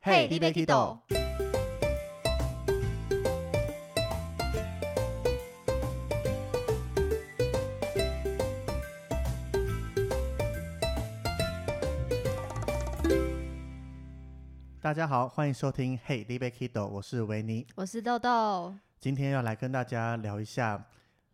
嘿你要去倒大家好，欢迎收听《Hey, l i b e Kido》，我是维尼。我是豆豆，今天要来跟大家聊一下，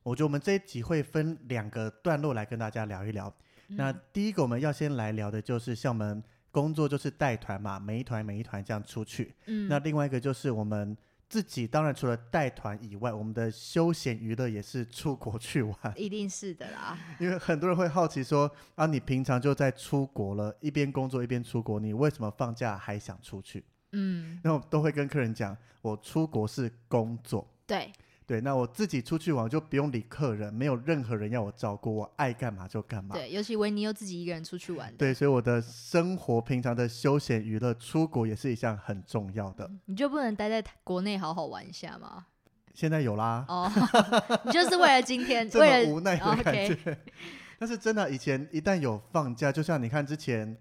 我觉得我们这一集会分两个段落来跟大家聊一聊。那第一个我们要先来聊的就是像我们工作就是带团嘛，每一团每一团这样出去。嗯那另外一个就是我们自己，当然除了带团以外，我们的休闲娱乐也是出国去玩。一定是的啦。因为很多人会好奇说啊，你平常就在出国了，一边工作一边出国，你为什么放假还想出去？嗯， 那我都会跟客人讲，我出国是工作， 对，对，那我自己出去玩我就不用理客人，没有任何人要我照顾，我爱干嘛就干嘛。对，尤其维尼又自己一个人出去玩的，对，所以我的生活平常的休闲娱乐，出国也是一项很重要的。你就不能待在国内好好玩一下吗？现在有啦，哦， 你就是为了今 天，这为么了无奈的 OK 感觉。 但是真的，以前一旦有放假，就像你看之前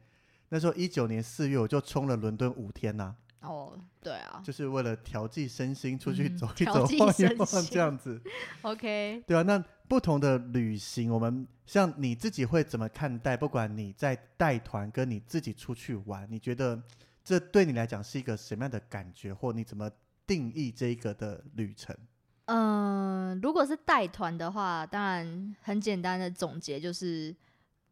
那时候一九年四月，我就冲了伦敦五天呐、哦，对啊就是为了调剂身心，出去嗯走一调走、剂晃一身晃心这样子。 ，OK，对啊，那不同的旅行，我们像你自己会怎么看待？不管你在带团跟你自己出去玩，你觉得这对你来讲是一个什么样的感觉，或你怎么定义这一个的旅程？嗯、如果是带团的话，当然很简单的总结就是。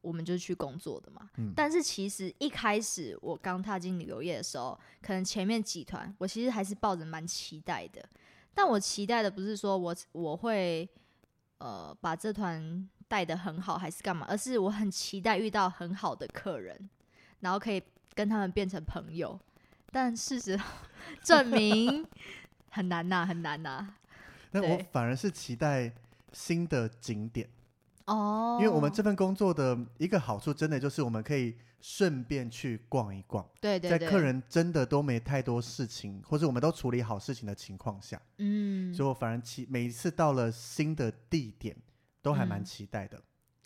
我们就是去工作的嘛，嗯但是其实一开始我刚踏进旅游业的时候，可能前面几团我其实还是抱着蛮期待的，但我期待的不是说我我会呃把这团带的很好还是干嘛，而是我很期待遇到很好的客人，然后可以跟他们变成朋友，但事实 证明很难呐、很难呐、那我对反而是期待新的景点，哦因为我们这份工作的一个好处，真的就是我们可以顺便去逛一逛，对对在对，客人真的都没太多事情，或者我们都处理好事情的情况下，嗯所以我反而期每一次到了新的地点，都还蛮嗯期待的。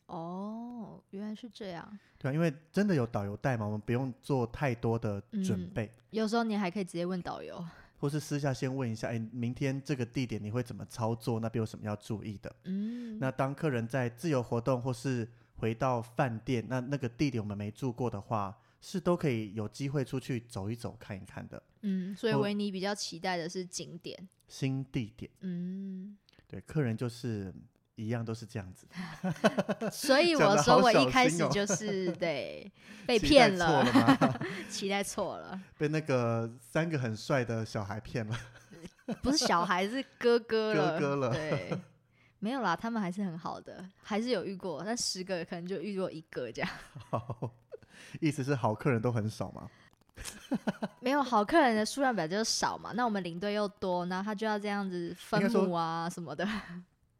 哦，原来是这样，对啊，因为真的有导游带嘛，我们不用做太多的准嗯备，有时候你还可以直接问导游，或是私下先问一下，哎，明天这个地点你会怎么操作？那边有什么要注意的？嗯，那当客人在自由活动或是回到饭店，那那个地点我们没住过的话，是都可以有机会出去走一走、看一看的嗯，所以我维尼比较期待的是景点，新地点。 嗯，对，客人就是一样都是这样子，所以讲我得说好我一小开心始哦就是 对被期待骗错了，了吗？ 期待错了，被那个三个很帅的小孩骗了。不是小孩是哥哥哥了，哥了 对，没有啦，他们还是很好的，还是有遇过，但十个可能就遇过一个这样， 好，意思是好客人都很少吗？没有好客人的数量本来就少嘛，那我们领队又多，那他就要这样子分该说母啊什么的，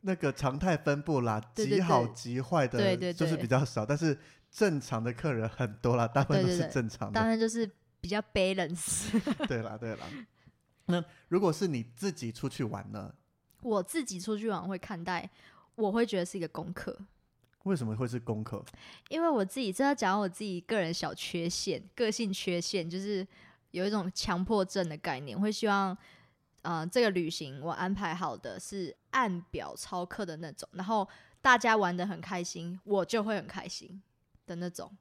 那个常态分布啦，对对极好对极坏的，对对就是对比较少，但是正常的客人很多啦，大部分都啊对对是对正常的。当然就是比较 balance。 对啦，对啦。那如果是你自己出去玩呢？我自己出去玩会看待，我会觉得是一个功课，为什么会是功课？因为我自己这要讲我自己个人小缺陷、个性缺陷，就是有一种强迫症的概念，会希望，呃，这个旅行我安排好的是按表超课的那种，然后大家玩的很开心，我就会很开心的那种。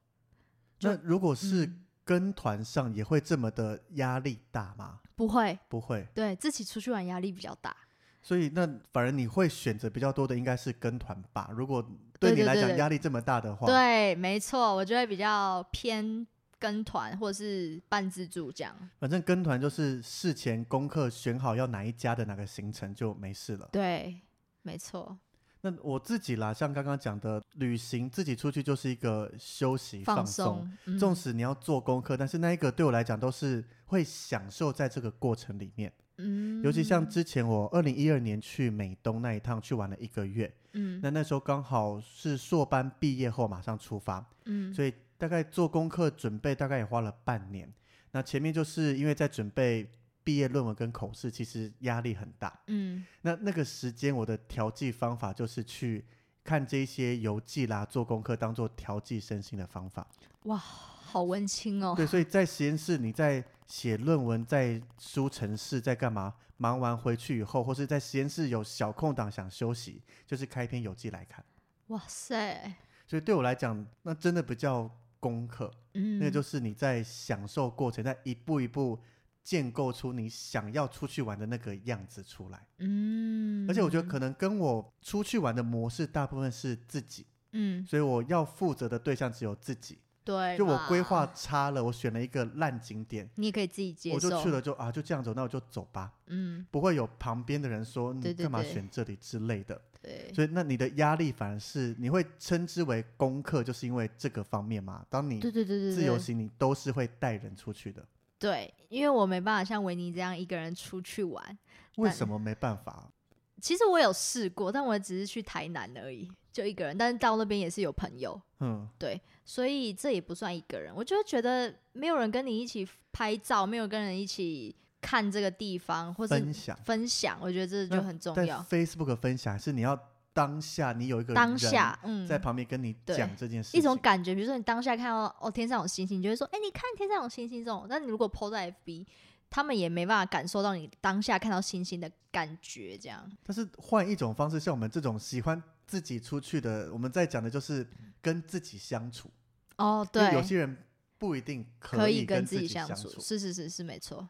就那如果是嗯跟团上也会这么的压力大吗？不会，不会，对自己出去玩压力比较大。所以那反而你会选择比较多的应该是跟团吧。如果对对你对来对讲对压力这么大的话，对，啊没错，我就会比较偏跟团或是半自助这样。反正跟团就是事前功课选好要哪一家的哪个行程就没事了。对，没错，那我自己啦，像刚刚讲的，旅行自己出去就是一个休息放松。松，嗯纵使你要做功课，但是那一个对我来讲都是会享受在这个过程里面。嗯尤其像之前我二零一二年去美东那一趟去玩了一个月，嗯那那时候刚好是硕班毕业后马上出发，嗯，所以大概做功课准备大概也花了半年。那前面就是因为在准备毕业论文跟口试，其实压力很大。嗯那那个时间我的调剂方法就是去看这些游记啦，做功课当做调剂身心的方法。哇，好温馨哦。对，所以在实验室你在写论文、在书城市、在干嘛，忙完回去以后，或是在实验室有小空档想休息，就是开一篇游记来看。哇塞，所以对我来讲，那真的不叫功课，嗯，那个就是你在享受过程，在一步一步建构出你想要出去玩的那个样子出来。嗯，而且我觉得可能跟我出去玩的模式大部分是自己，嗯，所以我要负责的对象只有自己。对，啊就我规划，差了，我选了一个烂景点，你也可以自己接我受，就去了就啊就这样走，那我就走吧，嗯，不会有旁边的人说你对对干嘛对选这里之类的。对，所以那你的压力反而是你会称之为功课，就是因为这个方面嘛。当你对对对对，自由对行，你都是会带人出去的。对，因为我没办法像维尼这样一个人出去玩。为什么没办法？其实我有试过，但我只是去台南而已，就一个人。但是到那边也是有朋友，嗯，所以这也不算一个人。我就会觉得没有人跟你一起拍照，没有跟人一起看这个地方，或是分享分享，我觉得这那就很重在要。 Facebook 的分享是你要当下你有一个人当下，嗯，在旁边跟你对讲这件事情，一种感觉，比如说你当下看到哦天上有星星，你就会说，哎、你看天上有星星这种。但你如果 PO 在 FB，他们也没办法感受到你当下看到星星的感觉，这样。但是换一种方式，像我们这种喜欢自己出去的，我们在讲的就是跟自己相处。哦，因为对，有些人不一定可以跟自己相处，是是是是没错。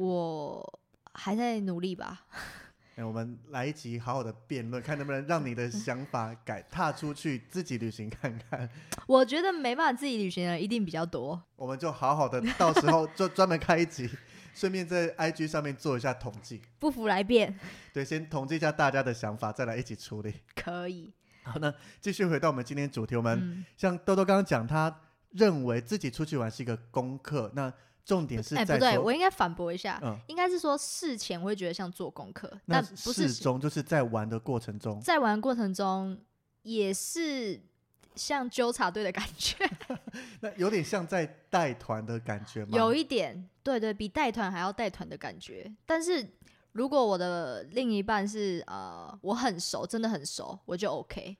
我还在努力吧， 哎，我们来一集好好的辩论，看能不能让你 的想法改，踏出去自己旅行看看。我觉得没办法自己旅行的人一定比较多。我们就好好的，到时候就专门开一集，顺便在 IG 上面做一下统计。不服来辩，对，先统计一下大家的想法，再来一起处理。 可以。好，那继续回到我们今天主题，我们嗯，像豆豆刚刚讲，他认为自己出去玩是一个功课，那重点是哎、在不对，说，我应该反驳一下，嗯，应该是说事前会觉得像做功课，那但不是适中就是在玩的过程 中，在玩过程中也是像纠察队的感觉，那有点像在带团的感觉吗？有一点，对对，比带团还要带团的感觉。但是如果我的另一半是呃我很熟，真的很熟，我就 OK。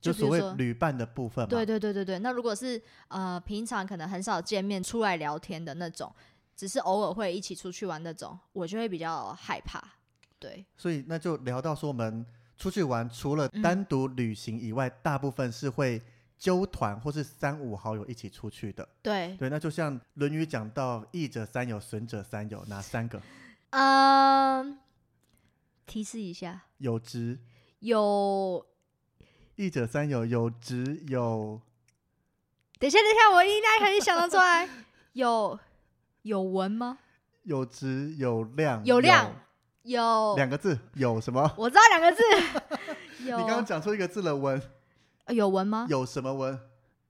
就比如所谓说旅伴的部分嘛。对对对对对，那如果是呃平常可能很少见面出来聊天的那种，只是偶尔会一起出去玩那种，我就会比较害怕。对，所以那就聊到说，我们出去玩除了嗯单独旅行以外，大部分是会揪团或是三五好友一起出去的。对，对，那就像《论语》讲到“益者三友，损者三友”，哪三个？嗯，提示一下，有直，有，益者三友，有直有等一下，等一下，我应该可以想得出来，有有文吗？有直有量，有量，有，两个字，有什么？我知道 两个字，有你刚刚讲出一个字了，文呃有文吗？有什么文？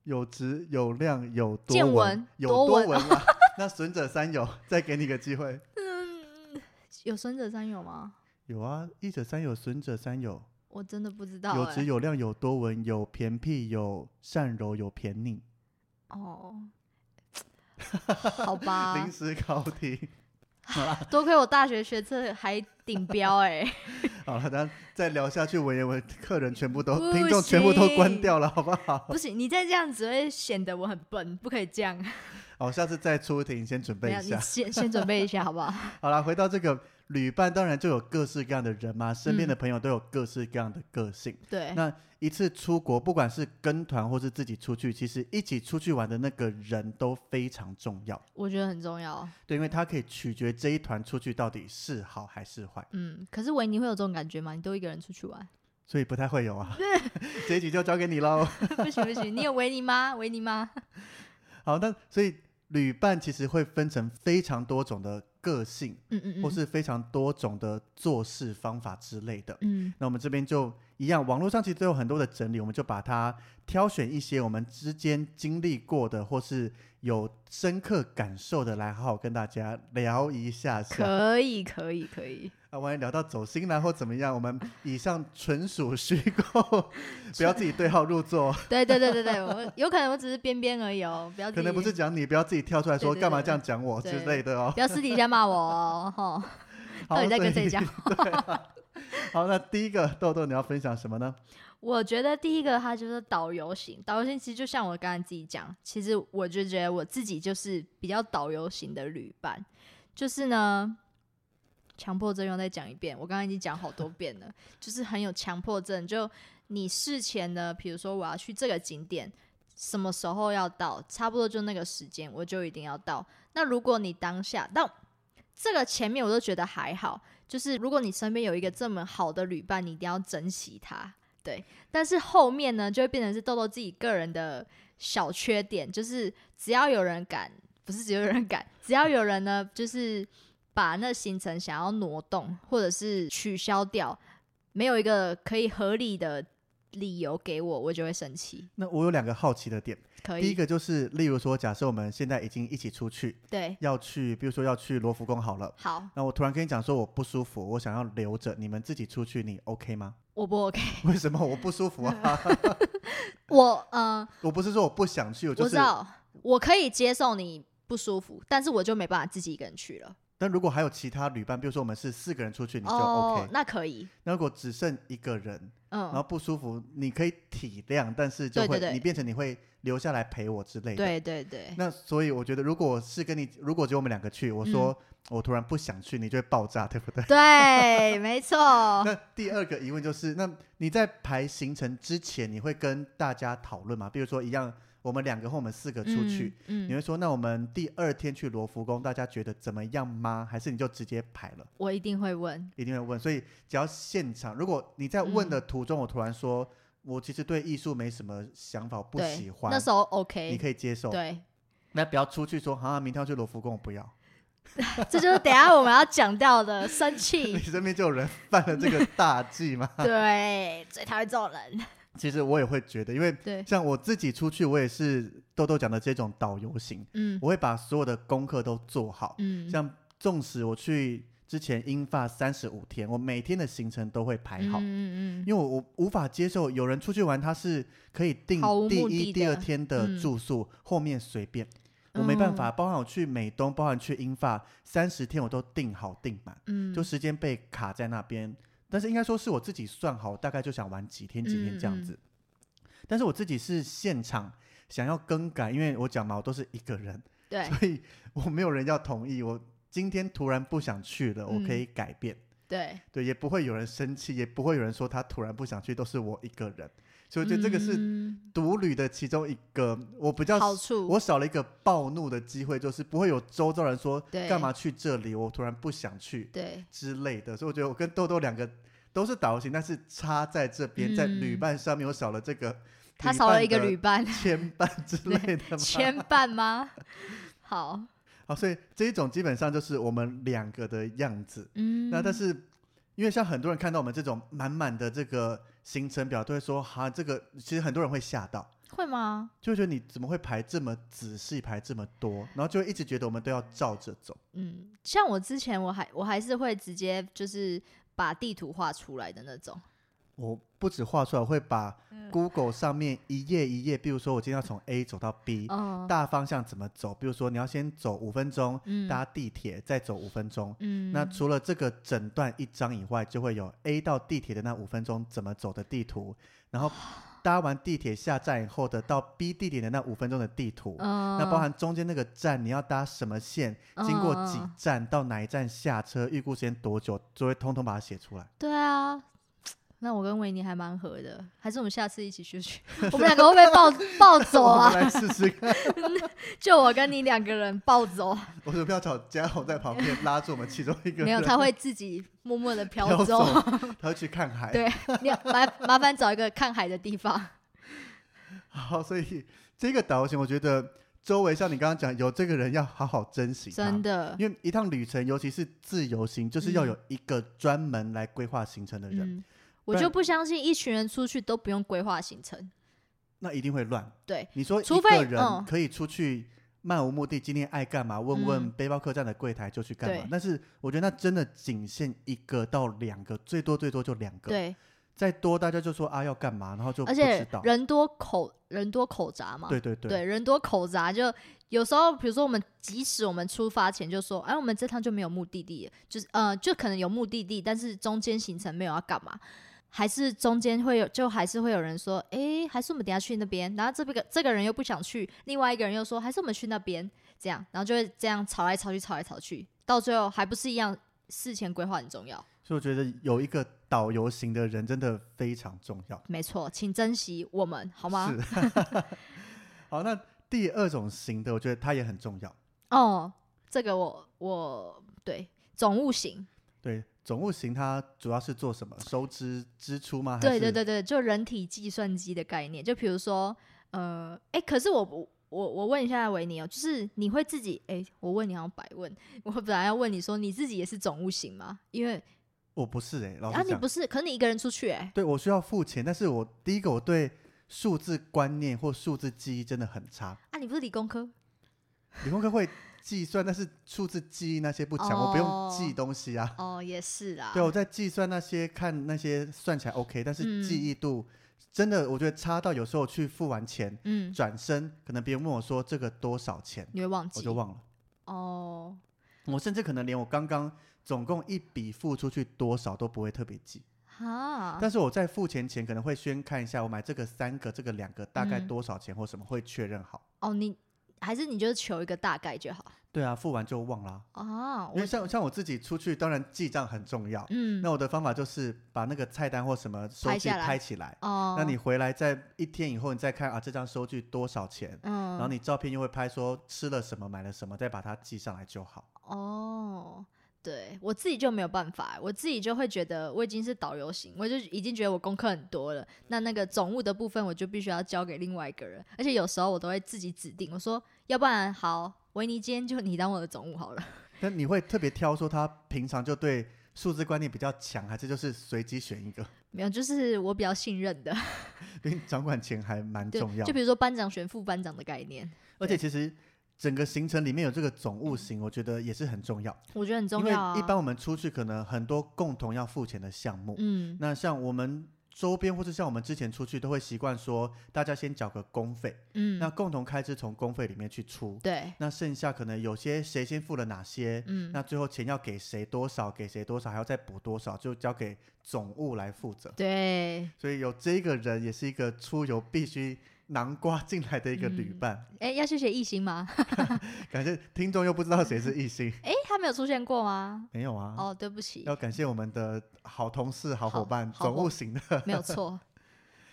有直有量有多见文闻有多多闻 文啊？ 那损者三友，再给你个机会。嗯，有孙者山有吗？有啊，益者三友，损者三友，我真的不知道、欸，有直有量有多文，有偏僻有善柔有偏佞。哦， 好吧 临，时考题，多亏我大学学测还顶标哎、 好了，咱再聊下去，文言文客人全部都不听众全部都关行掉了，好不好？不行，你再这样只会显得我很笨，不可以这样。好，下次再出题，你先准备没有，一你下。先先准备一下好不 好？好了，回到这个旅伴，当然就有各式各样的人嘛，身嗯边的朋友都有各式各样的个性。对那，一次出国，不管是跟团或是自己出去，其实一起出去玩的那个人都非常重要。我觉得很重要。对，因为它可以取决这一团出去到底是好还是坏，嗯，可是维尼会有这种感觉吗？你都一个人出去玩，所以不太会有啊。 这一集就交给你喽。 不行不行，你有维尼吗？维尼吗？好，那所以旅伴其实会分成非常多种的个性，嗯嗯嗯，或是非常多种的做事方法之类的。嗯那我们这边就一样，网络上其实都有很多的整理，我们就把它挑选一些我们之间经历过的，或是有深刻感受的，来好好跟大家聊一下下。可以可以可以，啊，万一聊到走心啦或怎么样，我们以上纯属虚构， 不要自己对号入 座。对对对对对，我有可能我只是边边而已哦，不要自可能不己是讲你，不要自己跳出来说对对干嘛对这样讲我之对类的哦。不要私底下骂我哦，吼，好到底在跟所以谁讲？对啊 好，那第一个豆豆你要分享什么呢？我觉得第一个它就是导游型，导游型其实就像我刚才自己讲，其实我就觉得我自己就是比较导游型的旅伴，就是呢，强迫症又再讲一遍，我刚刚已经讲好多遍了，就是很有强迫症，就你事前呢，比如说我要去这个景点。什么时候要到？差不多就那个时间，我就一定要到。那如果你当下，但这个前面我都觉得还好，就是如果你身边有一个这么好的旅伴，你一定要珍惜他。但是后面呢，就会变成是豆豆自己个人的小缺点，就是只要有人敢，不是只要有人敢，只要有人呢，就是把那行程想要挪动或者是取消掉，没有一个可以合理的理由给我，我就会生气。那我有两个好奇的点，可第一以，个就是，例如说，假设我们现在已经一起出去，对，要去，比如说要去罗浮宫好了，好，那我突然跟你讲说我不舒服，我想要留着，你们自己出去，你 OK 吗？ 我不 OK，为什么我不舒服啊？ 我嗯、我不是说我不想去，我就我知是。道，我可以接受你不舒服，但是我就没办法自己一个人去了。但如果还有其他旅伴，比如说我们是四个人出去，你就哦 OK。那可以，那如果只剩一个人，嗯，然后不舒服，你可以体谅，但是就会对对对你变成你会留下来陪我之类的。对对对，那所以我觉得，如果是跟你，如果只有我们两个去，我说、嗯我突然不想去，你就会爆炸，对不 对？对，没错。那第二个疑问就是，那你在排行程之前，你会跟大家讨论吗？比如说一样，我们两个或我们四个出去，嗯，你嗯会说，那我们第二天去罗浮宫，大家觉得怎么样吗？还是你就直接排了？我一定会问。一定会问，所以只要现场，如果你在问嗯的途中，我突然说，我其实对艺术没什么想法，我不对喜欢，那时候你 OK，可以接受。对，那不要出去说，啊，明天要去罗浮宫，我不要。这就是等一下我们要讲到的 生 你气。身边就有人犯了这个大忌吗？ 对，最讨厌这种人。其实我也会觉得，因为对，像我自己出去，我也是豆豆讲的这种导游型，嗯我会把所有的功课都做好。嗯，像纵使我去之前英法三十五天，我每天的行程都会排好。嗯嗯嗯，因为我我无法接受有人出去玩，他是可以定毫无第目一、的第二的嗯天的住宿，后面随便，我没办法。包含我去美东，包含去英法，三十天我都定好定满，嗯，就时间被卡在那边。但是应该说是我自己算好，大概就想玩几天几天这样嗯嗯子。但是我自己是现场想要更改，因为我讲嘛，我都是一个人，对 所以我没有人要同意。我今天突然不想去了，我可嗯以改变。对，对，也不会有人生气，也不会有人说他突然不想去，都是我一个人。所以我觉得这个是嗯独旅的其中一个，我比较好处。我少了一个暴怒的机会，就是不会有周遭人说对干嘛去这里，我突然不想去对，之类的。所以我觉得我跟豆豆两个都是导游型，但是差在这边，在旅嗯伴上面我少了这个，他少了一个旅旅伴，伴的 牵绊之类的嘛。牵 绊吗？好，好，所以这一种基本上就是我们两个的样子。嗯，那但是因为像很多人看到我们这种满满的这个行程表，都会说哈，这个其实很多人会吓到，会吗？就会觉得你怎么会排这么仔细，排这么多，然后就会一直觉得我们都要照着走。嗯，像我之前我还我还是会直接就是把地图画出来的那种。我不止画出来，我会把嗯 Google 上面一页一页，比如说我今天要从 A 走到 B，、哦，大方向怎么走，比如说你要先走五分钟，嗯搭地铁再走五分钟。嗯，那除了这个整段一张以外，就会有 A 到地铁的那五分钟怎么走的地图，然 后搭完地铁下站以后的到 B 地点的那五分钟的地图。嗯，那包含中间那个站，你要搭什么线，经过几嗯站，到哪一站下哦车，预估时间多久，就会通通把它写出来。对啊，那我跟维尼还蛮合的，还是我们下次一起出 去？我们两个会被抱抱走我啊们？来试试看。就我跟你两个人抱走，我说不要吵架，我在旁边拉住我们其中一个人。没有，他会自己默默的飘飘走。他会去看海。对，你要麻麻烦找一个看海的地方。 好，所以这个导游型，我觉得周围像你刚刚讲，有这个人要好好珍惜他。真的，因为一趟旅程，尤其是自由行，就是要有一个专门来规划行程的人，嗯，不我然就不相信一群人出去都不用规划行程。那一定会乱。对，你说除一非个人嗯可以出去漫无目的，今天爱干嘛？问问嗯背包客栈的柜台就去干嘛对？但是我觉得那真的仅限一个到两个，最多最多就两个。对，再多大家就说啊要干嘛，然后就不而知且道。人多口人多口杂嘛，对对对，人多口杂就有时候，比如说我们即使我们出发前就说，哎，我们这趟就没有目的地，就是呃，就可能有目的地，但是中间行程没有要干嘛，还是中间会有，就还是会有人说，哎，还是我们等一下去那边，然后这个这个人又不想去，另外一个人又说，还是我们去那边，这样，然后就会这样吵来吵去，吵来吵去，到最后还不是一样，事前规划很重要。所以我觉得有一个导游型的人真的非常重要，没错，请珍惜我们好吗？是。 好，那第二种型的，我觉得它也很重要。哦，这个我我对总务型，对，总务型它主要是做什么？收支支出吗？还对是对对对，就人体计算机的概念，就比如说，呃，哎、可是我不我我问一下维尼哦，就是你会自己哎、我问你好像白问，我本来要问你说你自己也是总务型吗？因为我不是哎、老啊师你讲，不是，可是你一个人出去哎、对我需要付钱，但是我第一个我对数字观念或数字记忆真的很差，啊你不是理工科理工科会计算，但是数字记忆那些不强，我不用记东西啊。哦也是啦，对，我在计算那些看那些算起来 OK，但嗯是记忆度、真的我觉得差到有时候去付完钱，嗯，转身可能别人问我说这个多少钱，你会忘我记就忘了。哦，我甚至可能连我刚刚总共一笔付出去多少都不会特别记，哈，但是我在付钱前可能会先看一下我买这个三个、这个两个大概嗯多少钱或什么，会确认好。哦你还是你就是求一个大概就好对啊，付完就忘了啊、啊，因我为像像我自己出去，当然记账很重要。嗯那我的方法就是把那个菜单或什么收拍据下来拍起来，哦，那你回来在一天以后你再看啊这张收据多少钱，嗯，然后你照片又会拍说吃了什么买了什么，再把它记上来就好。哦，对我自己就没有办法，我自己就会觉得我已经是导游型，我就已经觉得我功课很多了。那那个总务的部分，我就必须要交给另外一个人，而且有时候我都会自己指定，我说要不然好，维尼今天就你当我的总务好了。 那你会特别挑说他平常就对数字观念比较强，还是就是随机选一个？ 没有，就是我比较信任的，因为掌管钱还蛮对重，要就。比如说班长选副班长的概念，而且其实整个行程里面有这个总务型，我觉得也是很重要。我觉得很重要啊。因为一般我们出去可能很多共同要付钱的项目，嗯，那像我们。周边或是像我们之前出去都会习惯说，大家先缴个公费，嗯那共同开支从公费里面去出，对，那剩下可能有些谁先付了哪些，嗯，那最后钱要给谁多少，给谁多少，还要再补多少，就交给总务来负责。对。所以有这个人也是一个出游必须南瓜进来的一个旅伴。哎、要谢谢艺兴吗？嗯感谢听众又不知道谁是艺兴， 哎、他没有出现过吗？没有啊？哦，对 不起，要感谢我们的好同事、好伙好伴，好总务伙型的。 没有错。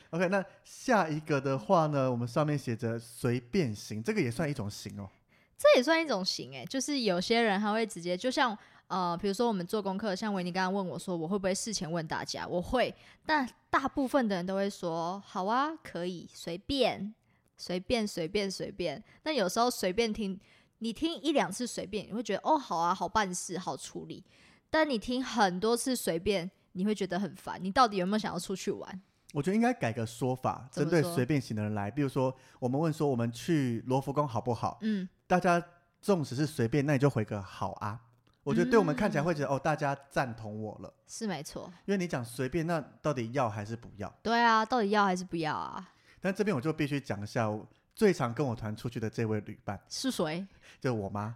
OK，那下一个的话呢，我们上面写着随便型，这个也算一种型哦。这也算一种型诶、欸就是有些人他会直接，就像呃，比如说我们做功课，像维尼刚刚问我说我会不会事前问大家，我会，但大部分的人都会说好啊，可以随便随便随便随便，但有时候随便听，你听一两次随便，你会觉得哦好啊，好办事，好处理，但你听很多次随便，你会觉得很烦，你到底有没有想要出去玩？我觉得应该改个说法，怎针对么说随便型的人来，比如说我们问说我们去罗浮宫好不好，嗯，大家纵使是随便，那你就回个好啊。我觉得对我们看起来会觉得、哦，大家赞同我了，是没错，因为你讲随便，那到底要还是不要？对啊，到底要还是不要啊？但这边我就必须讲一下，我最常跟我团出去的这位旅伴，是谁？就是我妈。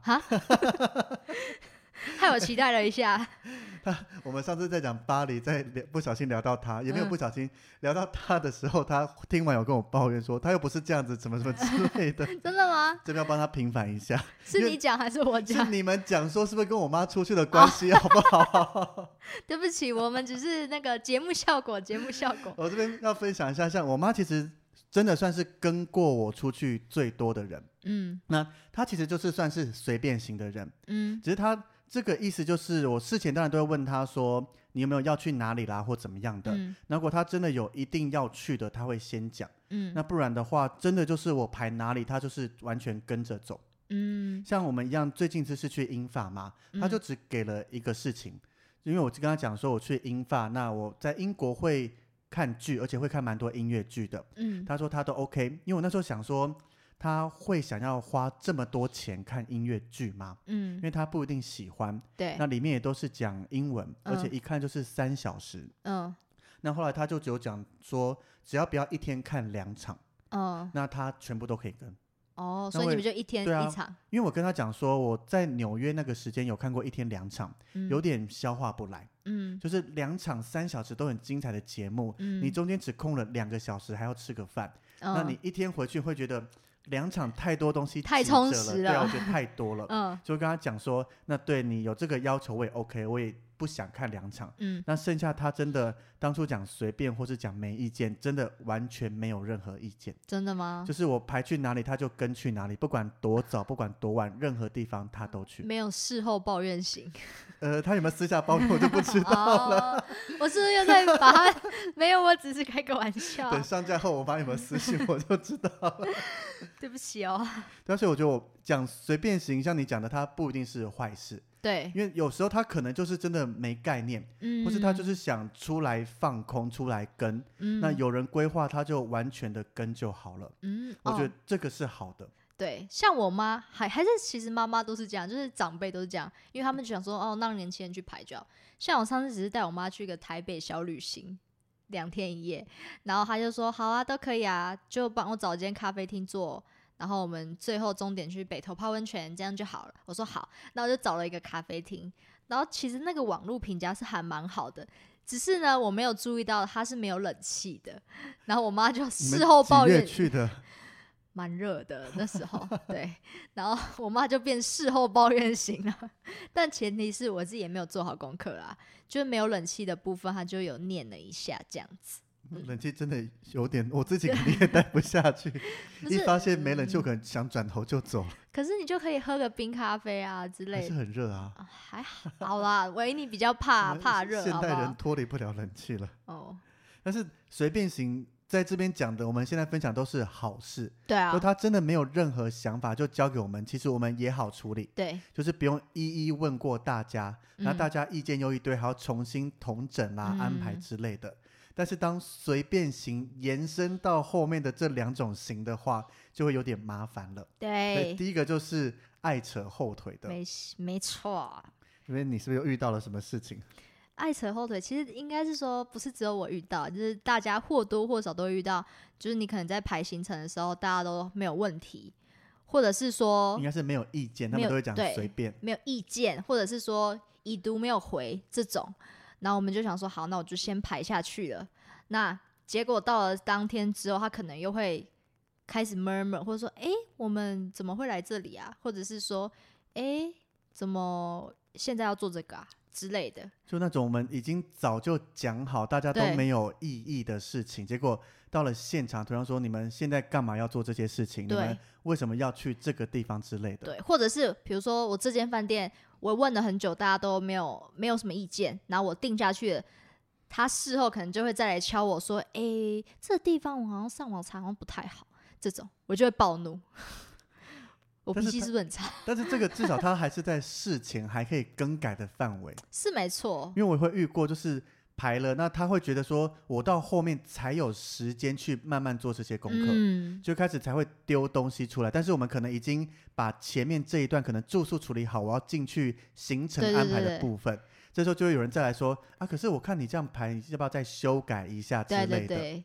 害我期待了一下，我们上次在讲巴黎，在聊不小心聊到她，也没有嗯不小心聊到她的时候，她听完有跟我抱怨说，她又不是这样子，怎么怎么之类的。 真的吗？这边要帮她平反一下，因是为你讲还是我是讲？你们讲说是不是跟我妈出去的关系好不好？ 对不起，我们只是那个节目效果，节目效果。我这边要分享一下，像我妈其实真的算是跟过我出去最多的人， 嗯她其实就是算是随便型的人，嗯只是她这个意思就是，我事前当然都会问她说你有没有要去哪里啦或怎么样的，嗯如果她真的有一定要去的，她会先讲，嗯那不然的话，真的就是我排哪里，她就是完全跟着走。嗯，像我们一样，最近这次去英法嘛，他就只给了一个事情，因为我就跟他讲说我去英法，那我在英国会看剧，而且会看蛮多音乐剧的。嗯他说他都 OK，因为我那时候想说他会想要花这么多钱看音乐剧吗？因嗯，为他不一定喜欢，对那，里面也都是讲英文，而且嗯一看就是三小时。嗯那后来他就只有讲说，只要不要一天看两场，嗯，那他全部都可以跟。哦，那所以你我们就一天对啊一场，因为我跟他讲说，我在纽约那个时间有看过一天两场，嗯有点消化不来，嗯就是两场三小时都很精彩的节目，嗯，你中间只空了两个小时，还要吃个饭，那嗯你一天回去会觉得两场太多东西太挤着充实了，对啊，了我觉得太多了。嗯就跟他讲说，那对你有这个要求，我也 OK，我也不想看两场。嗯那剩下他真的当初讲随便或是讲没意见，真的完全没有任何意见，真的吗？就是我排去哪里他就跟去哪里，不管多早不管多晚，任何地方他都去。没有事后抱怨型，嗯呃，他有没有私下抱怨我就不 知 道了。哦，我是不是又在把他？ 没有，我只是开个玩笑，啊等上架后，我把你们私信我就知道了。 对不起哦。对啊所以我觉得我讲随便行，像你讲的，他不一定是坏事，对，因为有时候他可能就是真的没概念，嗯，或是他就是想出来放空，出来跟。嗯，那有人规划，他就完全的跟就好了。嗯，我哦觉得这个是好的，对，像我妈还还是其实妈妈都是这样，就是长辈都是这样，因为他们就想说哦，让年轻人去排就好。像我上次只是带我妈去一个台北小旅行，两天一夜，然后她就说好啊，都可以啊，就帮我找间咖啡厅坐。然后我们最后终点去北投泡温泉，这样就好了。我说好，那我就找了一个咖啡厅。然后其实那个网络评价是还蛮好的，只是呢我没有注意到它是没有冷气的。然后我妈就你们事后几抱月怨，去 的，蛮热的那时候，对，然后我妈就变事后抱怨型了，但前提是我自己也没有做好功课啦，就是没有冷气的部分，她就有念了一下这样子，冷气真的有点，我自己肯 定也待不下去。不一是，嗯发现没冷气，我可能想转头就走了，可是你就可以喝个冰咖啡啊之还类是的，很热啊。啊还好啦，维尼比较怕我们怕热，现好不代人好？脱离不了冷气了。哦，但是随便行，在这边讲的，我们现在分享都是好事，对就啊，他真的没有任何想法就交给我们，其实我们也好处理，对，就是不用一一问过大家，那嗯大家意见又一堆，还要重新统整啦、安排嗯之类的。但是当随便行延伸到后面的这两种行的话，就会有点麻烦了。对，对，第一个就是爱扯后腿的，哎没没错，啊因为你是不是又遇到了什么事情？爱扯后腿，其实应该是说，不是只有我遇到，就是大家或多或少都会遇到。就是你可能在排行程的时候，大家都没有问题，或者是说应该是没有意见，他哦们没有都会讲对随便。没有意见，或者是说已读没有回这种。然后我们就想说，好，那我就先排下去了。那结果到了当天之后，他可能又会开始 murmur，或者说，诶，我们怎么会来这里啊？或者是说，诶，怎么现在要做这个啊之类的？就那种我们已经早就讲好，大家都对没有异议的事情，结果到了现场，突然说你们现在干嘛要做这些事情？你对们为什么要去这个地方之类的？对，或者是比如说我这间饭店，我问了很久，大家都没有没有什么意见，然后我定下去了，他事后可能就会再来敲我说，哎、这地方我好像上网查好像不太好，这种我就会暴怒。 我但是脾气他是不是很差？ 但是这个至少他还是在事前还可以更改的范围，是没错因，为我会遇过就是。排了，那他会觉得说，我到后面才有时间去慢慢做这些功课，嗯，就开始才会丢东西出来。但是我们可能已经把前面这一段可能住宿处理好，我要进去行程对对安排的对对部分。这时候就会有人再来说啊，可是我看你这样排，你要不要再修改一下之对类的？对对，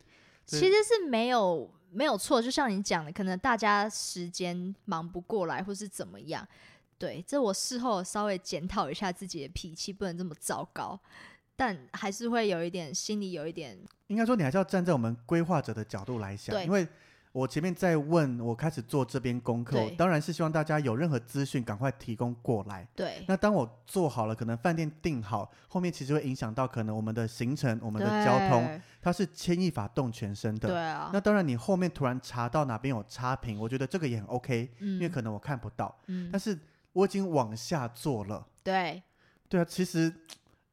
对其实是没有没有错，就像你讲的，可能大家时间忙不过来，或是怎么样。对，这我事后稍微检讨一下自己的脾气，不能这么糟糕，但还是会有一点心里有一点应该说你还是要站在我们规划者的角度来想，对因为我前面在问，我开始做这边功课，对我当然是希望大家有任何资讯赶快提供过来。对那当我做好了，可能饭店订好，后面其实会影响到可能我们的行程、我们的交通，它是牵一发动全身的对。对啊，那当然，你后面突然查到哪边有差评，我觉得这个也很 OK，、因为嗯可能我看不到，嗯但，是我已经往下做了。对对啊，其实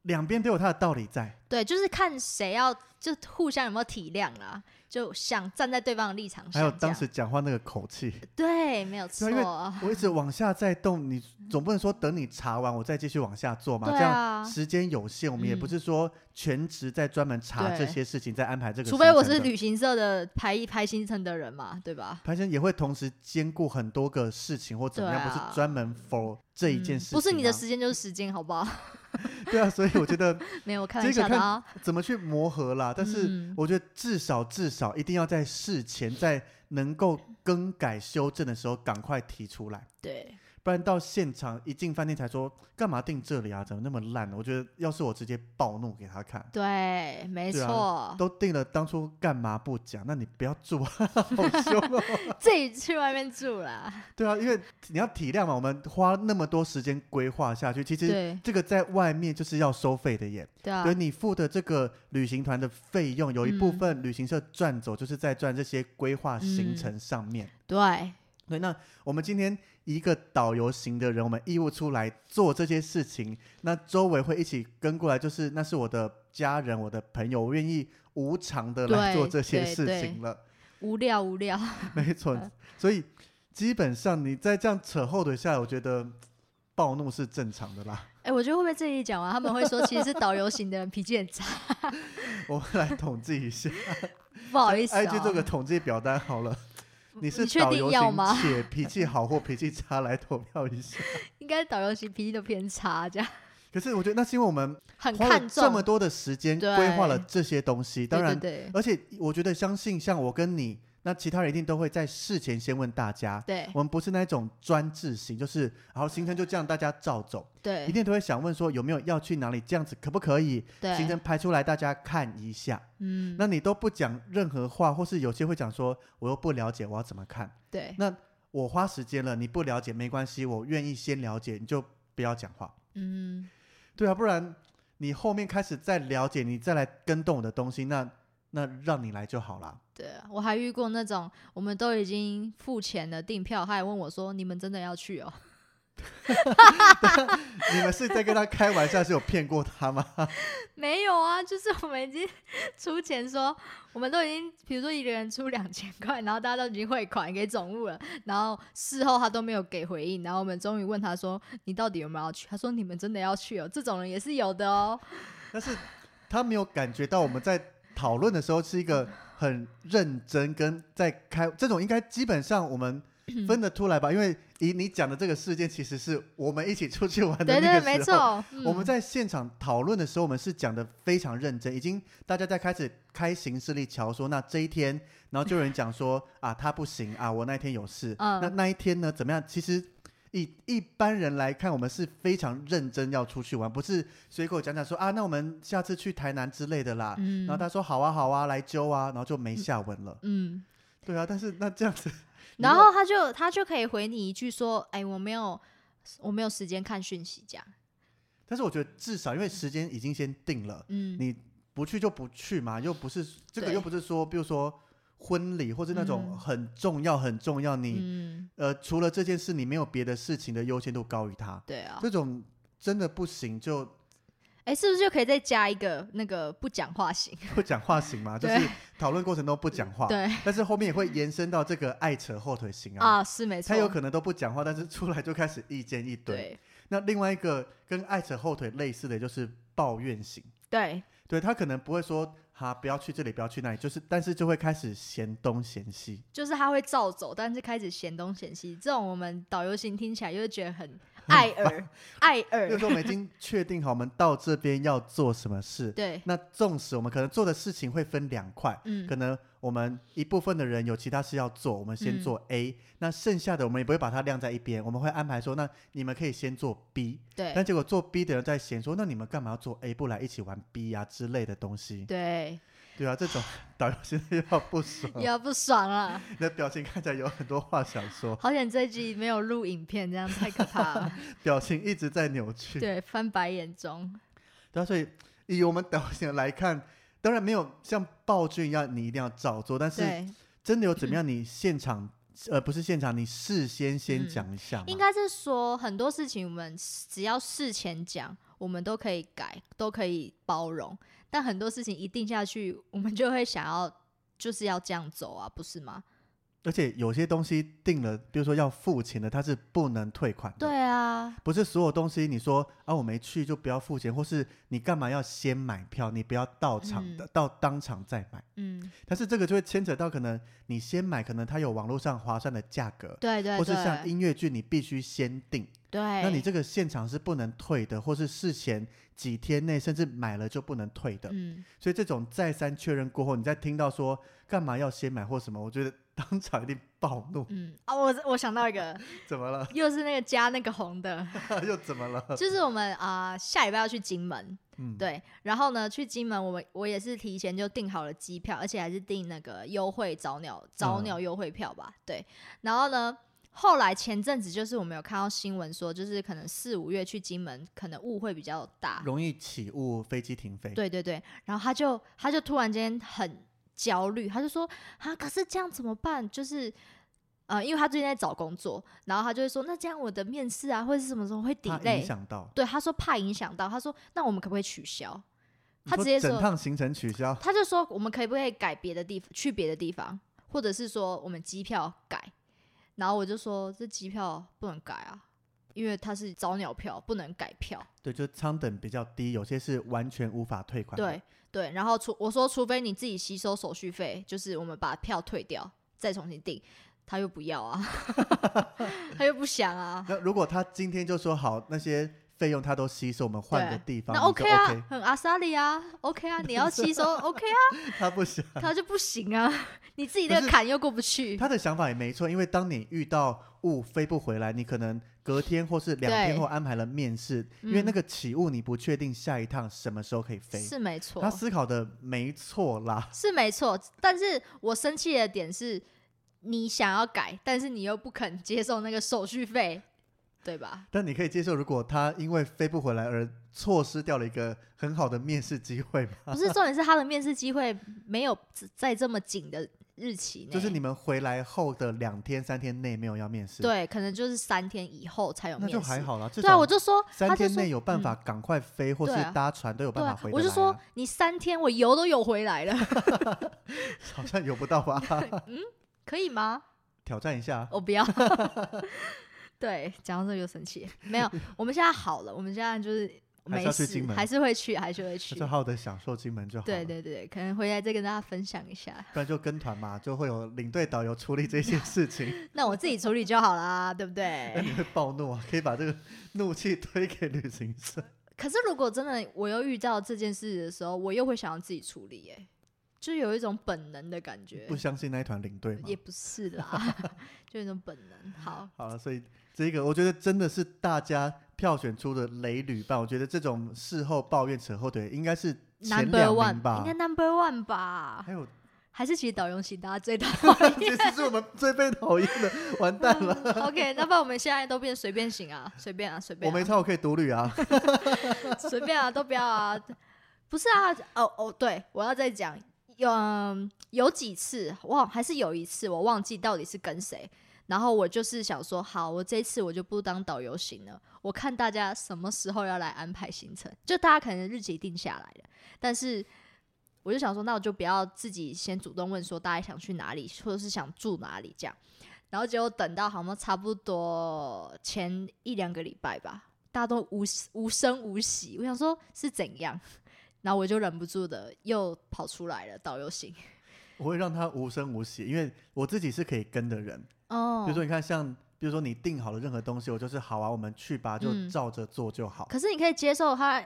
两边都有它的道理在。对，就是看谁要就互相有没有体谅啦，就想站在对方的立场上这还样。有当时讲话那个口气，对，没有对错啊因，为我一直往下在动，你总不能说等你查完我再继续往下做嘛？对这样啊，时间有限，我们也不嗯是说全职在专门查这对些事情，在安排这个行除程非的。我是旅行社的排一排行程的人嘛，对吧？潘生也会同时兼顾很多个事情或怎么样，对啊不是专门 for 这一件嗯事情啊、不是你的时间就是时间，好不好？ 对啊，所以我觉得没有，我开这玩个笑的啊看。怎么去磨合啦，但是嗯我觉得至少至少一定要在事前，在能够更改修正的时候赶快提出来，对，不然到现场一进饭店才说干嘛订这里啊，怎么那么烂？我觉得要是我直接暴怒给他哦看，对，没对啊 错。都订了，当初干嘛不讲？那你不要住啊，好凶 哦。自己去外面住啦。对啊，因为你要体谅嘛，我们花那么多时间规划下去，其实对这个在外面就是要收费的耶。对啊对，你付的这个旅行团的费用，有一部嗯分旅行社赚走，就是在赚这些规划行嗯程上面。对，对，那我们今天一个导游型的人，我们义务出来做这些事情，那周围会一起跟过来，就是那是我的家人、我的朋友，我愿意无偿的来对做这些对事对情了。无聊无聊。没 错，所以基本上你再这样扯后腿下来，我觉得暴怒是正常的啦。 哎、我觉得会不会这一讲完，他们会说其实是导游型的人脾气很差，我们来统计一下，不好意思、啊。 IG 做个统计表单好了。你是你确导定游要型吗且脾气好或脾气差来投票一下。应该导游型脾气都偏差，这样可是我觉得那是因为我们很花了看这么重。多的时间对规划了这些东西，当然，对而且我觉得相信像我跟你，那其他人一定都会在事前先问大家。对我们不是那种专制型，就是然后行程就这样大家照走，对一对定都会想问说有没有要去哪里，这样子可不可以？行程对，排出来大家看一下。嗯，那你都不讲任何话，或是有些会讲说我又不了解，我要怎么看？对，我花时间了，你不了解没关系，我愿意先了解，你就不要讲话。嗯，对啊，不然你后面开始再了解，你再来跟动我的东西，那那让你来就好啦。对啊。我还遇过那种，我们都已经付钱了订票，他还问我说：“你们真的要去哦 你们是在跟他开玩笑，是有骗过他吗？？” 没有啊，就是我们已经 出钱说，我们都已经，比如说一个人出两千块，然后大家都已经汇款给总务了，然后事后他都没有给回应，然后我们终于问他说：“你到底有没有要去？”他说：“你们真的要去哦。”这种人也是有的哦。但是他没有感觉到我们在讨论的时候是一个很认真跟在开，这种应该基本上我 们分得出来吧？因为以你讲的这个事件，其实是我们一起出去玩的对那个对，时候。没错，我们嗯在现场讨论的时候，我们是讲的非常认真，已经大家在开始开行事历瞧说，那这一天，然后就有人讲说啊，他不行啊，我那一天有事，嗯那那一天呢怎么样？其实以一般人来看，我们是非常认真要出去玩，不是随口讲讲说啊，那我们下次去台南之类的啦。嗯，然后他说好啊好啊，来揪啊，然后就没下文 了。嗯，对啊，但是那这样子，你然要后他就他就可以回你一句说：“哎，我没有，我没有时间看讯息。”这样，但是我觉得至少因为时间已经先定了。嗯，你不去就不去嘛，又不是这个对又不是说，比如说婚礼或是那种嗯很重要很重要，你、嗯，呃除了这件事，你没有别的事情的优先度高于他，对啊，这种真的不行就 哎，是不是就可以再加一个那个不讲话型？ 不讲话行吗？就是对讨论过程中不讲话，对但是后面也会延伸到这个爱扯后腿型啊。啊，是没错他，有可能都不讲话，但是出来就开始意见一堆。对那另外一个跟爱扯后腿类似的就是抱怨型，对对他可能不会说哈不要去这里，不要去那里，就是但是就会开始嫌东嫌西，就是他会照走，但是开始嫌东嫌西。这种我们导游型听起来就会觉 得很碍耳，碍比如耳。说我们已经确定好我们到这边要做什么事，对，那纵使我们可能做的事情会分两块，嗯可能我们一部分的人有其他事要做，我们先嗯做 A，、那剩下的我们也不会把它晾在一边，我们会安排说，那你们可以先做 B，对但结果做 B 的人在嫌说，那你们干嘛要做 A，不来一起玩 B 啊之类的东西，对，对啊，这种导游现在又要不 爽，要不爽了。你的表情看起来有很多话想说，好险这一集没有录影片，这样太可怕 了。表情一直在扭曲。对，翻白眼中。对啊，所以以我们导演来看，当然没有像暴君一样你一定要照做，但 是对，真的有怎 么样，你现场、呃不是现场，你事先先嗯讲一下嘛、应该是说很多事情我们只要事前讲，我们都可以改，都可以包容。但很多事情一定下去，我们就会想要就是要这样走啊，不是吗？而且有些东西定了，比如说要付钱的，它是不能退款的。对啊，不是所有东西你说啊我没去就不要付钱，或是你干嘛要先买票，你不要到场的，到当场再买。嗯，但是这个就会牵扯到可能你先买，可能它有网络上划算的价格，对对或是像对，音乐剧你必须先定，对，那你这个现场是不能退的，或是事前几天内甚至买了就不能退的。嗯，所以这种再三确认过后，你再听到说干嘛要先买或什么，我觉得当场一定暴怒。嗯啊，我我想到一个，怎么了？ 又是那个加那个红的，又怎么了？就是我们啊、下礼拜要去金门，嗯，对，然后呢去金门，我们我也是提前就订好了机票，而且还是订那个优惠早鸟早嗯鸟优惠票吧，对，然后呢。后来前阵子就是我们有看到新闻说，就是可能四五月去金门，可能雾会比较大，容易起雾，飞机停飞。，对对对，然后他就他就突然间很焦虑，他就说啊，可是这样怎么办？就是呃，因为他最近在找工作，然后他就会说，那这样我的面试啊，或者是什么时候会抵它影 e 响到。对，他说怕影响到，他说那我们可不可以取消？你他直接整说趟行程取消，他就说我们可以不可以改别的地方，去别的地方，或者是说我们机票改？然后我就说这机票不能改啊，因为它是早鸟票，不能改票。 对，就是舱等比较低，有些是完全无法退款。对，对，然后除我说，除非你自己吸收手续费，就是我们把票退掉，再重新订，他又不 要啊，他又不想啊，那如果他今天就说好那些费用他都吸收，我们换个对地方，那你就 OK 啊，很阿莎莉啊，OK 啊，你要吸收 OK 啊，他不想，他就不行啊， 你自己可那个是坎又过不去，他的想法也没错，因为当你遇到雾飞不回来，你可能隔天或是两天对后安排了面试，因为那嗯个起雾你不确定下一趟什么时候可以飞。是没错他，思考的没错啦， 是没错，但是我生气的点是。你想要改，但是你又不肯接受那个手续费，对吧？但你可以接受，如果他因为飞不回来而错失掉了一个很好的面试机会 吗？ 不是重点是他的面试机会没有在这么紧的日期内，就是你们回来后的两天三天内没有要面试，，对，可能就是三天以后才有那面试。就还好啦，至对啊，少我就说，三他就天说内有办嗯法赶快飞，或是对啊搭船都有对办法啊回、，我就说，你三天我油都游回来了，好像游不到吧？ 可以吗？挑战一下，我不 要。对，讲到这个就生气。没有，我们现在好了，我们现在就是还是 没要去事金，门还是会去，还是会去就。好好的享受金门就好了。对对对，可能回来再跟大家分享一下。 不然就跟团嘛，就会有领队导游处理这些事情， 那我自己处理就 好啦，对不那对？你会暴怒啊，可以把这个怒气推给旅行社。可是如果真的我又遇到这件事的时候，我又会想要自己处理、耶，就有一种本能的感觉。不相信那一团领队嘛也？不是 啦，就那种本能。好，好了，所以这个我觉得真的是大家票选出的雷旅伴，我觉得这种事后抱怨扯后腿应该是前 Number 两名 one 应吧该。Number one 吧还？有， 还是其实导游型大家最讨其实是我们最被讨厌的，完蛋了。厌 OK，那不然我们现在都变随便型啊，随便啊，随我便、没啊，差，我可以独旅啊。 随便啊，都不要啊。不是啊，哦哦，对，我要再讲，有、嗯、有几次忘，还是有一次我忘记到底是跟谁。然后我就是想说，好，我这一次我就不当导游行了，我看大家什么时候要来安排行程，就大家可能日期定下来了，但是我就想说，那我就不要自己先主动问说大家想去哪里，或者是想住哪里这样。然后结果等到好像差不多前一两个礼拜吧，大家都无无声无息，我想说是怎样， 然后我就忍不住的又跑出来了导游行我会让他无声无息，因为我自己是可以跟的人。哦比如说，你看，像比如说你定好了任何东西，我就是好啊，我们去吧，就嗯照着做就好。可是你可以接受他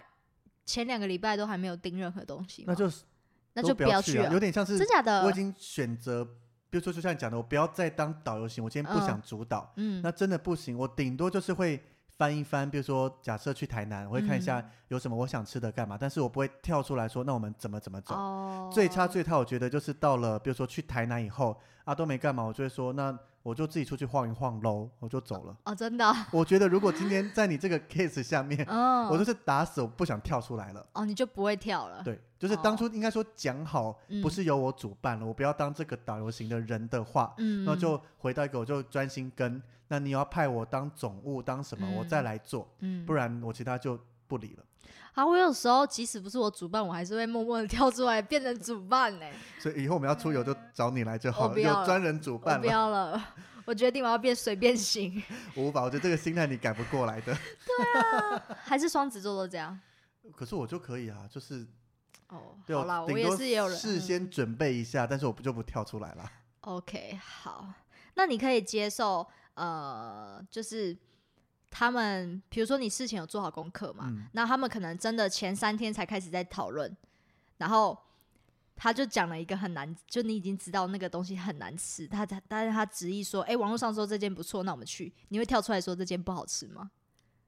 前两个礼拜都还没有订任何东西吗？那就是哦那都就不要去啊，了有，点像是真假我的已？经选择，比如说就像你讲的，我不要再当导游型，我今天不嗯想主导，嗯那真的不行，我顶多就是会。翻一翻，比如说假设去台南，我会看一嗯下有什么我想吃的干嘛，但是我不会跳出来说那我们怎么怎么走。哦，最差最差，我觉得就是到了比如说去台南以后啊都没干嘛，我就会说那我就自己出去晃一晃喽，我就走了。哦，真的哦，我觉得如果今天在你这个 case 下面，嗯，我就是打死我不想跳出来了。哦，你就不会跳了，对，就是当初应该说讲好，不哦嗯是由我主办了，我不要当这个导游型的人的话，嗯，那就回到一个我就专心跟。那你要派我当总务当什么，我再嗯来做，嗯，不然我其他就。不理了。啊，我有时候即使不是我主办，我还是会默默的跳出来变成主办呢、所以以后我们要出游就找你来就我好不了，要有了专人主我办不了。要了， 我决定我要变随便型， 我无法，我觉得这个心态你改不过来的。 还是双子座都这样。可是我就可以啊，就是哦，对好啦，我我顶也多是也有人事嗯先准备一下，但是我不就不跳出来了。 OK，好，那你可以接受呃，就是他们，比如说你事前有做好功课嘛，嗯那他们可能真的前三天才开始在讨论，然后他就讲了一个很难，就你已经知道那个东西很难吃，他他但是他执意说，哎、网络上说这间不错，那我们去，你会跳出来说这间不好吃吗？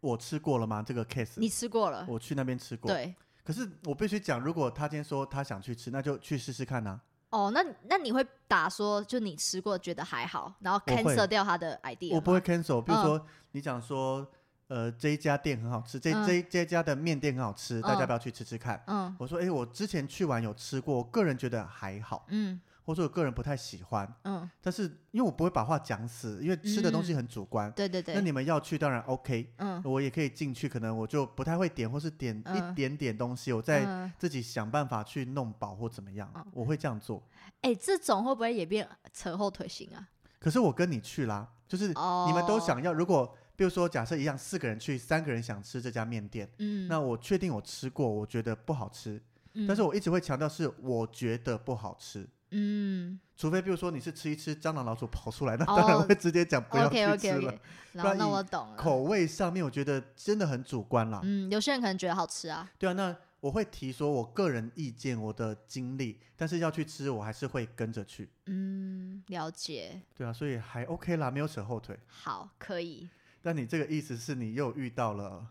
我吃过了吗？这个 case，你吃过了，我去那边吃过。对，可是我必须讲，如果他今天说他想去吃，那就去试试看呐、啊哦，那那你会打说就你吃过觉得还好，然后我会 cancel 掉他的 idea，我不吗会 cancel。比如嗯说，你讲说，呃，这一家店很好吃，这、嗯这这一家的面店很好吃，大家嗯不要去吃吃看。嗯我说，诶，我之前去玩有吃过，我个人觉得还好，嗯或者说我个人不太喜欢。嗯，但是因为我不会把话讲死，因为吃的东西很主观。对对嗯对，那你们要去当然 OK，、嗯。我也可以进去，可能我就不太会点，或是点嗯一点点东西，我再嗯自己想办法去弄饱或怎么样，嗯我会这样做。哎、这种会不会也变扯后腿型啊？可是我跟你去啦，就是哦，你们都，想要，如果比如说假设一样，四个人去，三个人想吃这家面店，嗯，那我确定我吃过，我觉得不好吃，嗯但是，我一直会强调是我觉得不好吃， 嗯除非比如说你是吃一吃蟑螂老鼠跑出来，那 哦嗯当然会直接讲不要去，OK 吃 OK 了。 OK，然后然那以我懂了，口味上面，我觉得真的很主观啦。嗯，有些人可能觉得好吃啊，对啊，那我会提说我个人意见、我的经历，但是要去吃，我还是会跟着去。嗯，了解，对啊，所以还 OK 啦，没有扯后腿。好，可以，但你这个意思是你又遇到了。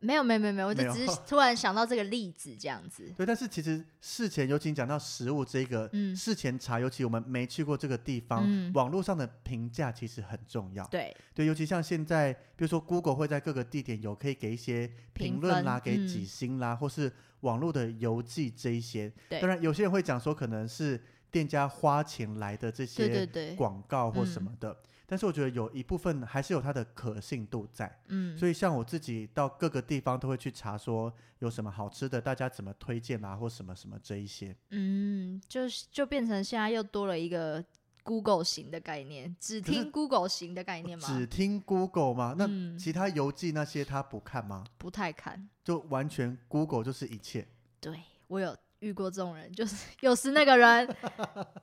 没有没有没有没有，我没就有 只是突然想到这个例子这样子，对，但是其实事前，尤其你讲到食物这个，嗯事前查，尤其我们没去过这个地方，嗯网络上的评价其实很重要。对，对，尤其像现在，比如说 Google 会在各个地点有可以给一些评评论啦，分给嗯几星啦，或是网络的邮寄这一些。对当然有些人会讲说，可能是店家花钱来的这对对些对，广告或什嗯么的。但是我觉得有一部分还是有它的可信度在，嗯，所以像我自己到各个地方都会去查，说有什么好吃的，大家怎么推荐啊，或什么什么这一些。嗯，就是就变成现在又多了一个 Google 型的概念，只可是听 Google 型的概念吗？只听 Google 吗？那嗯，其他邮寄那些他不看吗？不太看。就完全 Google 就是一切。对我有遇过这种人，就是 又是那个人，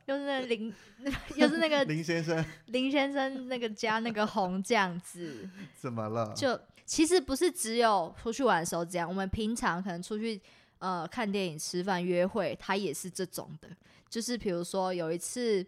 又是那林， 又是那个林先 生林先生那个加那个红这样子，怎么了？就其实不是只有出去玩的时候这样，我们平常可能出去呃看电影、吃饭、约会，他也是这种的。就是比如说有一次，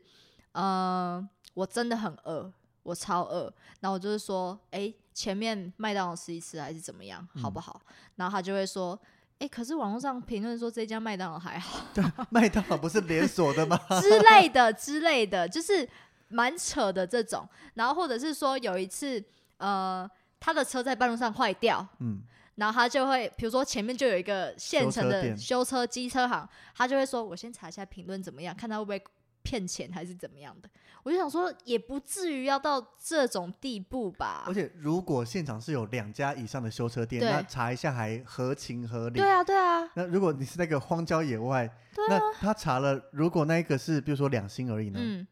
呃，我真的很饿，我超饿，然后我就是说，哎、前面麦当劳吃一吃还是怎么样，好不好？然后他就会说。哎、可是网络上评论说这家麦当劳还好麦当劳不是连锁的吗？ 之类的之类的，就是蛮扯的这种。然后或者是说有一次，呃，他的车在半路上坏掉，嗯，然后他就会，比如说前面就有一个现修成车的店修车机车行，他就会说：“我先查一下评论怎么样，看他会不会骗钱还是怎么样的。”我就想说，也不至于要到这种地步吧而。且如果现场是有两家以上的修车店，啊对那查一下还合情合理对。啊，对啊，那如果你是那个荒郊野外，对啊，那他查了，如果那一个是比如说两星而已呢，嗯，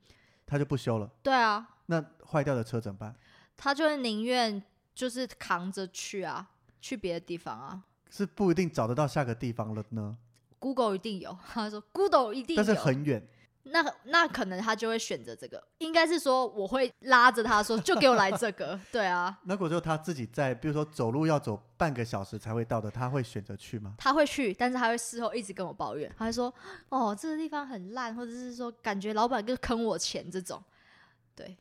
他就不修了。对啊，那坏掉的车怎么办？他就会宁愿就是扛着去啊，去别的地方啊。是不一定找得到下个地方了呢， Google 一定有，他说 Google 一定有，但是很远。那那可能他就会选择这个，应该是说我会拉着他说，就给我来这个，对啊，那如果就他自己在，比如说走路要走半个小时才会到的，他会选择去吗？他会去，但是他会事后一直跟我抱怨，他会说：“哦，这个地方很烂，或者是说感觉老板就坑我钱这种。” 对，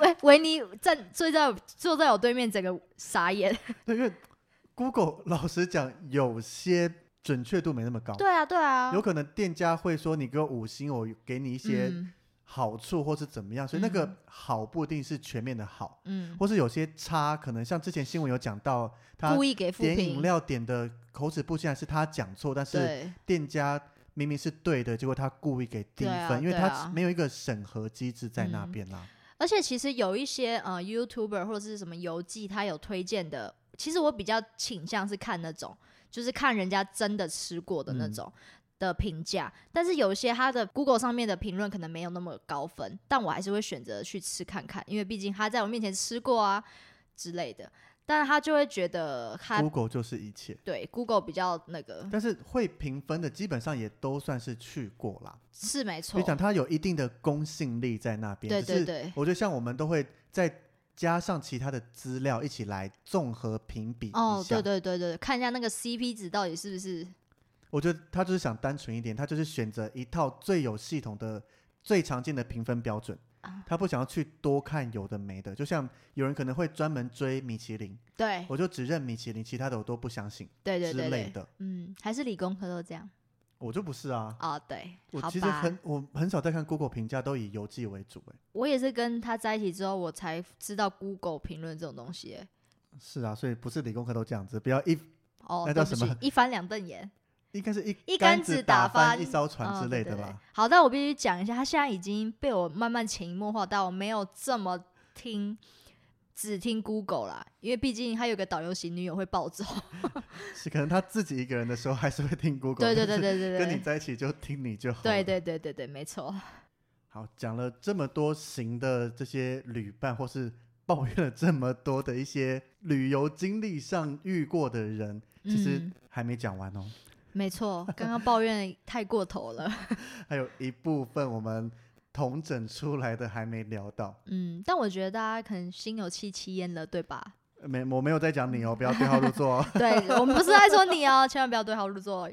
维维尼站坐在我坐在我对面，整个傻眼。对，因为 Google 老实讲，有些准确度没那么高。对啊，对啊，有可能店家会说你给我五星，我给你一些嗯好处或是怎么样，所以那嗯个好不一定是全面的好，嗯，或是有些差，可能像之前新闻有讲到，他故意给负点饮评，料点的口齿不清，还是他讲错，但是对店家明明是对的，结果他故意给低对啊分，因为对他啊没有一个审核机制在那嗯边啦。而且其实有一些呃 YouTuber 或者是什么游记，他有推荐的其实我比较倾向是看那种，就是看人家真的吃过的那嗯种。的评价，但是有些他的 Google 上面的评论可能没有那么高分，但我还是会选择去吃看看，因为毕竟他在我面前吃过啊之类的，但是他就会觉得嗯他嗯 Google 就是一切。对 Google 比较那个但是会评分的基本上也都算是去过啦，是没就错，讲它有一定的公信力在那边。对只是对对，我觉得像我们都会再加上其他的资料一起来综合评比一下。哦，对对对对，看一下那个 CP 值到底是不是我觉得他就是想单纯一点，他就是选择一套最有系统的、最常见的评分标准啊。他不想要去多看有的没的，就像有人可能会专门追米其林，对我就只认米其林，其他的我都不相信对对之对类对，的。嗯，还是理工科都这样我就不是啊，哦，对，我好其实吧，很我很少在看 Google 评价，都以游记为主、欸。我也是跟他在一起之后，我才知道 Google 评论这种东西耶。是啊，所以不是理工科都这样子，不要一哦，那对叫不什么起，一翻两瞪眼，应该是一一竿竿子打打翻翻一艘船哦之对类的对吧。对好，但我必须讲一下，他现在已经被我慢慢潜移默化到我没有这么听，只听 Google 啦，因为毕竟他有个导游型女友会暴走。是可能他自己一个人的时候还是会 听 Google，对对对但是对对对，跟你在一起就听你就好。对。对对对对，没错。好，讲了这么多行的这些旅伴，或是抱怨了这么多的一些旅游经历上遇过的人，其实嗯、还没讲完哦，没错，刚刚抱怨太过头了。还有一部分我们统整出来的还没聊到。嗯，但我觉得大家可能心有戚戚焉了，对吧？呃没，我没有在讲 你哦，不要对号入座、 哦，对我们不是在说你哦， 千万不要对号入座。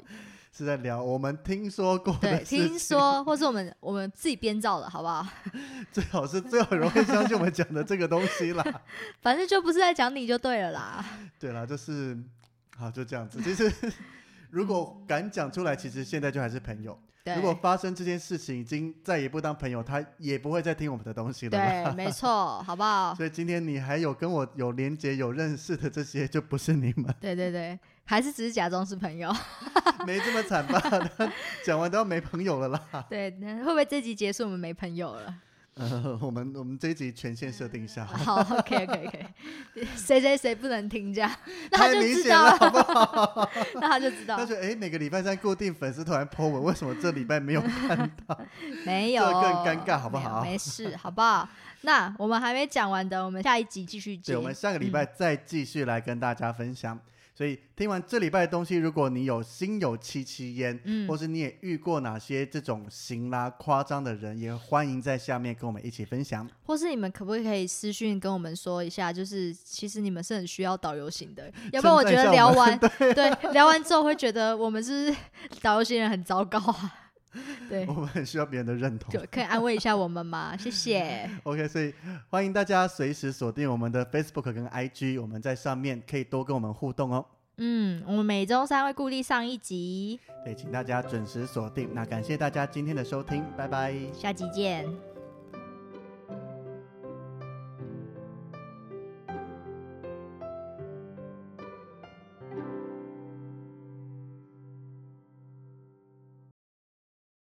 是在聊我们听说过的对，事情。听说或是我们我们自己编造的，好不好？ 最好是最好容易相信我们讲的这个东西啦。 反正就不是在讲你就对了啦。对啦，就是好就这样子。其实 如果敢讲出来，其实现在就还是朋友。对如，果发生这件事情，已经再也不当朋友，他也不会再听我们的东西了啦。对，没错，好不 好？所以今天你还有跟我有连接、有认识的这些，就不是你 们，对对对，还是只是假装是朋友。没这么惨吧？ 那讲完都要没朋友了啦。 对，那会不会这集结束我们没朋友了？呃， 我们我们这一集权限设定一下，好，OK OK OK，谁 谁谁不能听 这样，那他太就明知显道了，好了，不好？ 那他就知道他说：“哎，每个礼拜三固定粉丝团 po 文，为什么这礼拜 没有没有，这更尴尬好不没有好没事，好不好？那我们还没讲完的，我们下一集继续接对，我。们下个礼嗯拜再继续来跟大家分享。所以听完这礼拜的东西，如果你有心有戚戚焉，嗯或，是你也遇过哪些这种行啦夸张的人，也欢迎在下面跟我们一起分享。或是你们可不可以私讯跟我们说一下，就是其实你们是很需要导游型的，要不然我觉得聊完，对，聊完之后会觉得我们是 不是导游型人很糟糕啊。对我，们很需要别人的认 就同。可以安慰一下我们嘛，谢 谢。 OK，所以欢迎大家随时锁定我们的 Facebook 跟 IG，我们在上面可以多跟我们互动哦。嗯，我们每周三会固定上一集，对，请大家准时锁定。那感谢大家今天的收听，拜拜。下集见。